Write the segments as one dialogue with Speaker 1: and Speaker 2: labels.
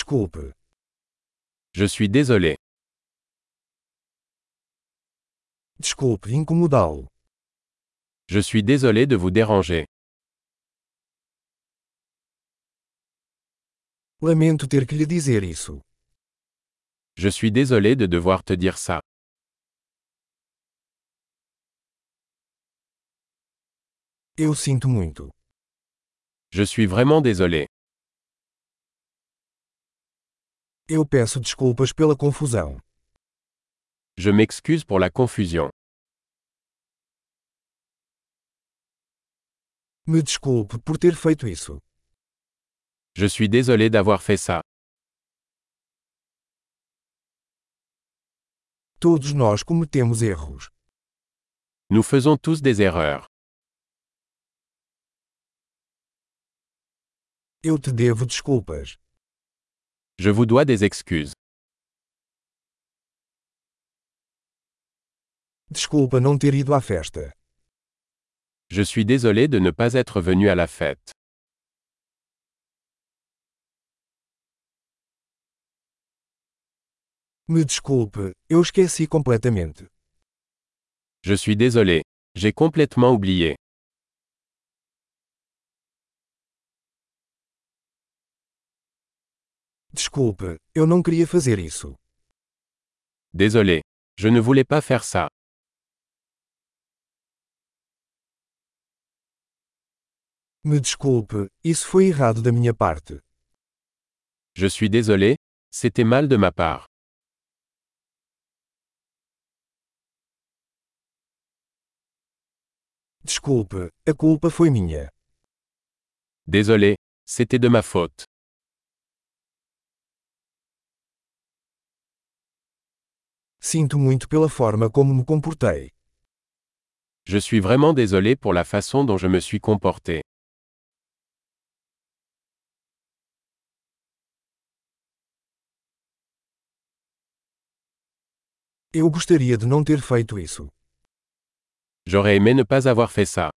Speaker 1: Desculpe.
Speaker 2: Je suis désolé.
Speaker 1: Desculpe incomodá-lo.
Speaker 2: Je suis désolé de vous déranger.
Speaker 1: Lamento ter que lhe dizer isso.
Speaker 2: Je suis désolé de devoir te dire ça.
Speaker 1: Eu sinto muito.
Speaker 2: Je suis vraiment désolé.
Speaker 1: Eu peço desculpas pela confusão.
Speaker 2: Je m'excuse pour la confusion.
Speaker 1: Me desculpe por ter feito isso.
Speaker 2: Je suis désolé d'avoir fait ça.
Speaker 1: Todos nós cometemos erros.
Speaker 2: Nous faisons tous des erreurs.
Speaker 1: Eu te devo desculpas.
Speaker 2: Je vous dois des excuses.
Speaker 1: Desculpa não ter ido à festa.
Speaker 2: Je suis désolé de ne pas être venu à la fête.
Speaker 1: Me desculpe, eu esqueci completamente.
Speaker 2: Je suis désolé. J'ai complètement oublié.
Speaker 1: Desculpe, eu não queria fazer isso.
Speaker 2: Désolé. Je ne voulais pas faire ça.
Speaker 1: Me desculpe, isso foi errado da minha parte.
Speaker 2: Je suis désolé. C'était mal de ma part.
Speaker 1: Desculpe, a culpa foi minha.
Speaker 2: Désolé. C'était de ma faute.
Speaker 1: Sinto muito pela forma como me comportei.
Speaker 2: Je suis vraiment désolé pour la façon dont je me suis comporté.
Speaker 1: Eu gostaria de não ter feito isso.
Speaker 2: J'aurais aimé ne pas avoir fait ça.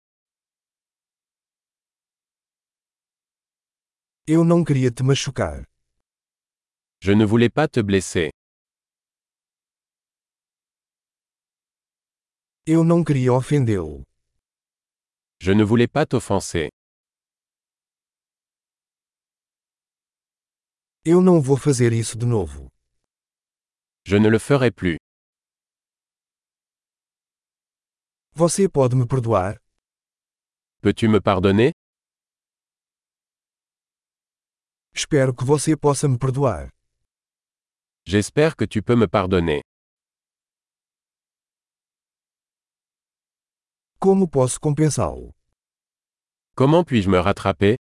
Speaker 1: Eu não queria te machucar.
Speaker 2: Je ne voulais pas te blesser.
Speaker 1: Eu não queria ofendê-lo.
Speaker 2: Je ne voulais pas t'offenser.
Speaker 1: Eu não vou fazer isso de novo.
Speaker 2: Je ne le ferai plus.
Speaker 1: Você pode me perdoar?
Speaker 2: Peux-tu me pardonner
Speaker 1: Espero que você possa me perdoar.
Speaker 2: J'espère que tu peux me pardonner.
Speaker 1: Como posso compensá-lo?
Speaker 2: Comment puis-je me rattraper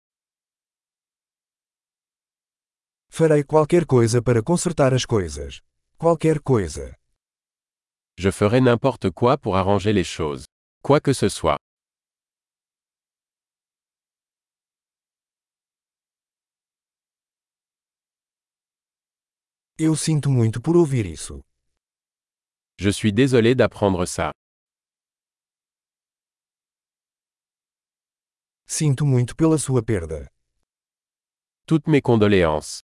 Speaker 1: Farei qualquer coisa para consertar as coisas. Qualquer coisa.
Speaker 2: Je ferai n'importe quoi pour arranger les choses. Quoi que ce soit.
Speaker 1: Eu sinto muito por ouvir isso.
Speaker 2: Je suis désolé d'apprendre ça.
Speaker 1: Sinto muito pela sua perda.
Speaker 2: Toutes mes condoléances.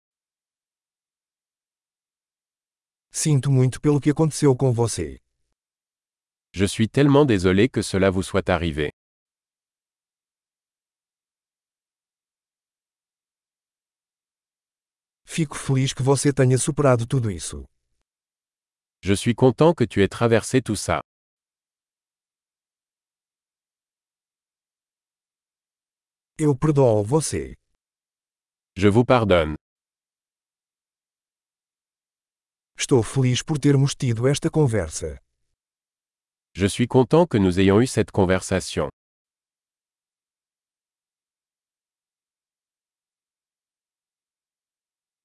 Speaker 1: Sinto muito pelo que aconteceu com você.
Speaker 2: Je suis tellement désolé que cela vous soit arrivé.
Speaker 1: Fico feliz que você tenha superado tudo isso.
Speaker 2: Je suis content que tu aies traversé tout ça.
Speaker 1: Eu perdoo você.
Speaker 2: Je vous pardonne.
Speaker 1: Estou feliz por termos tido esta conversa.
Speaker 2: Je suis content que nous ayons eu cette conversation.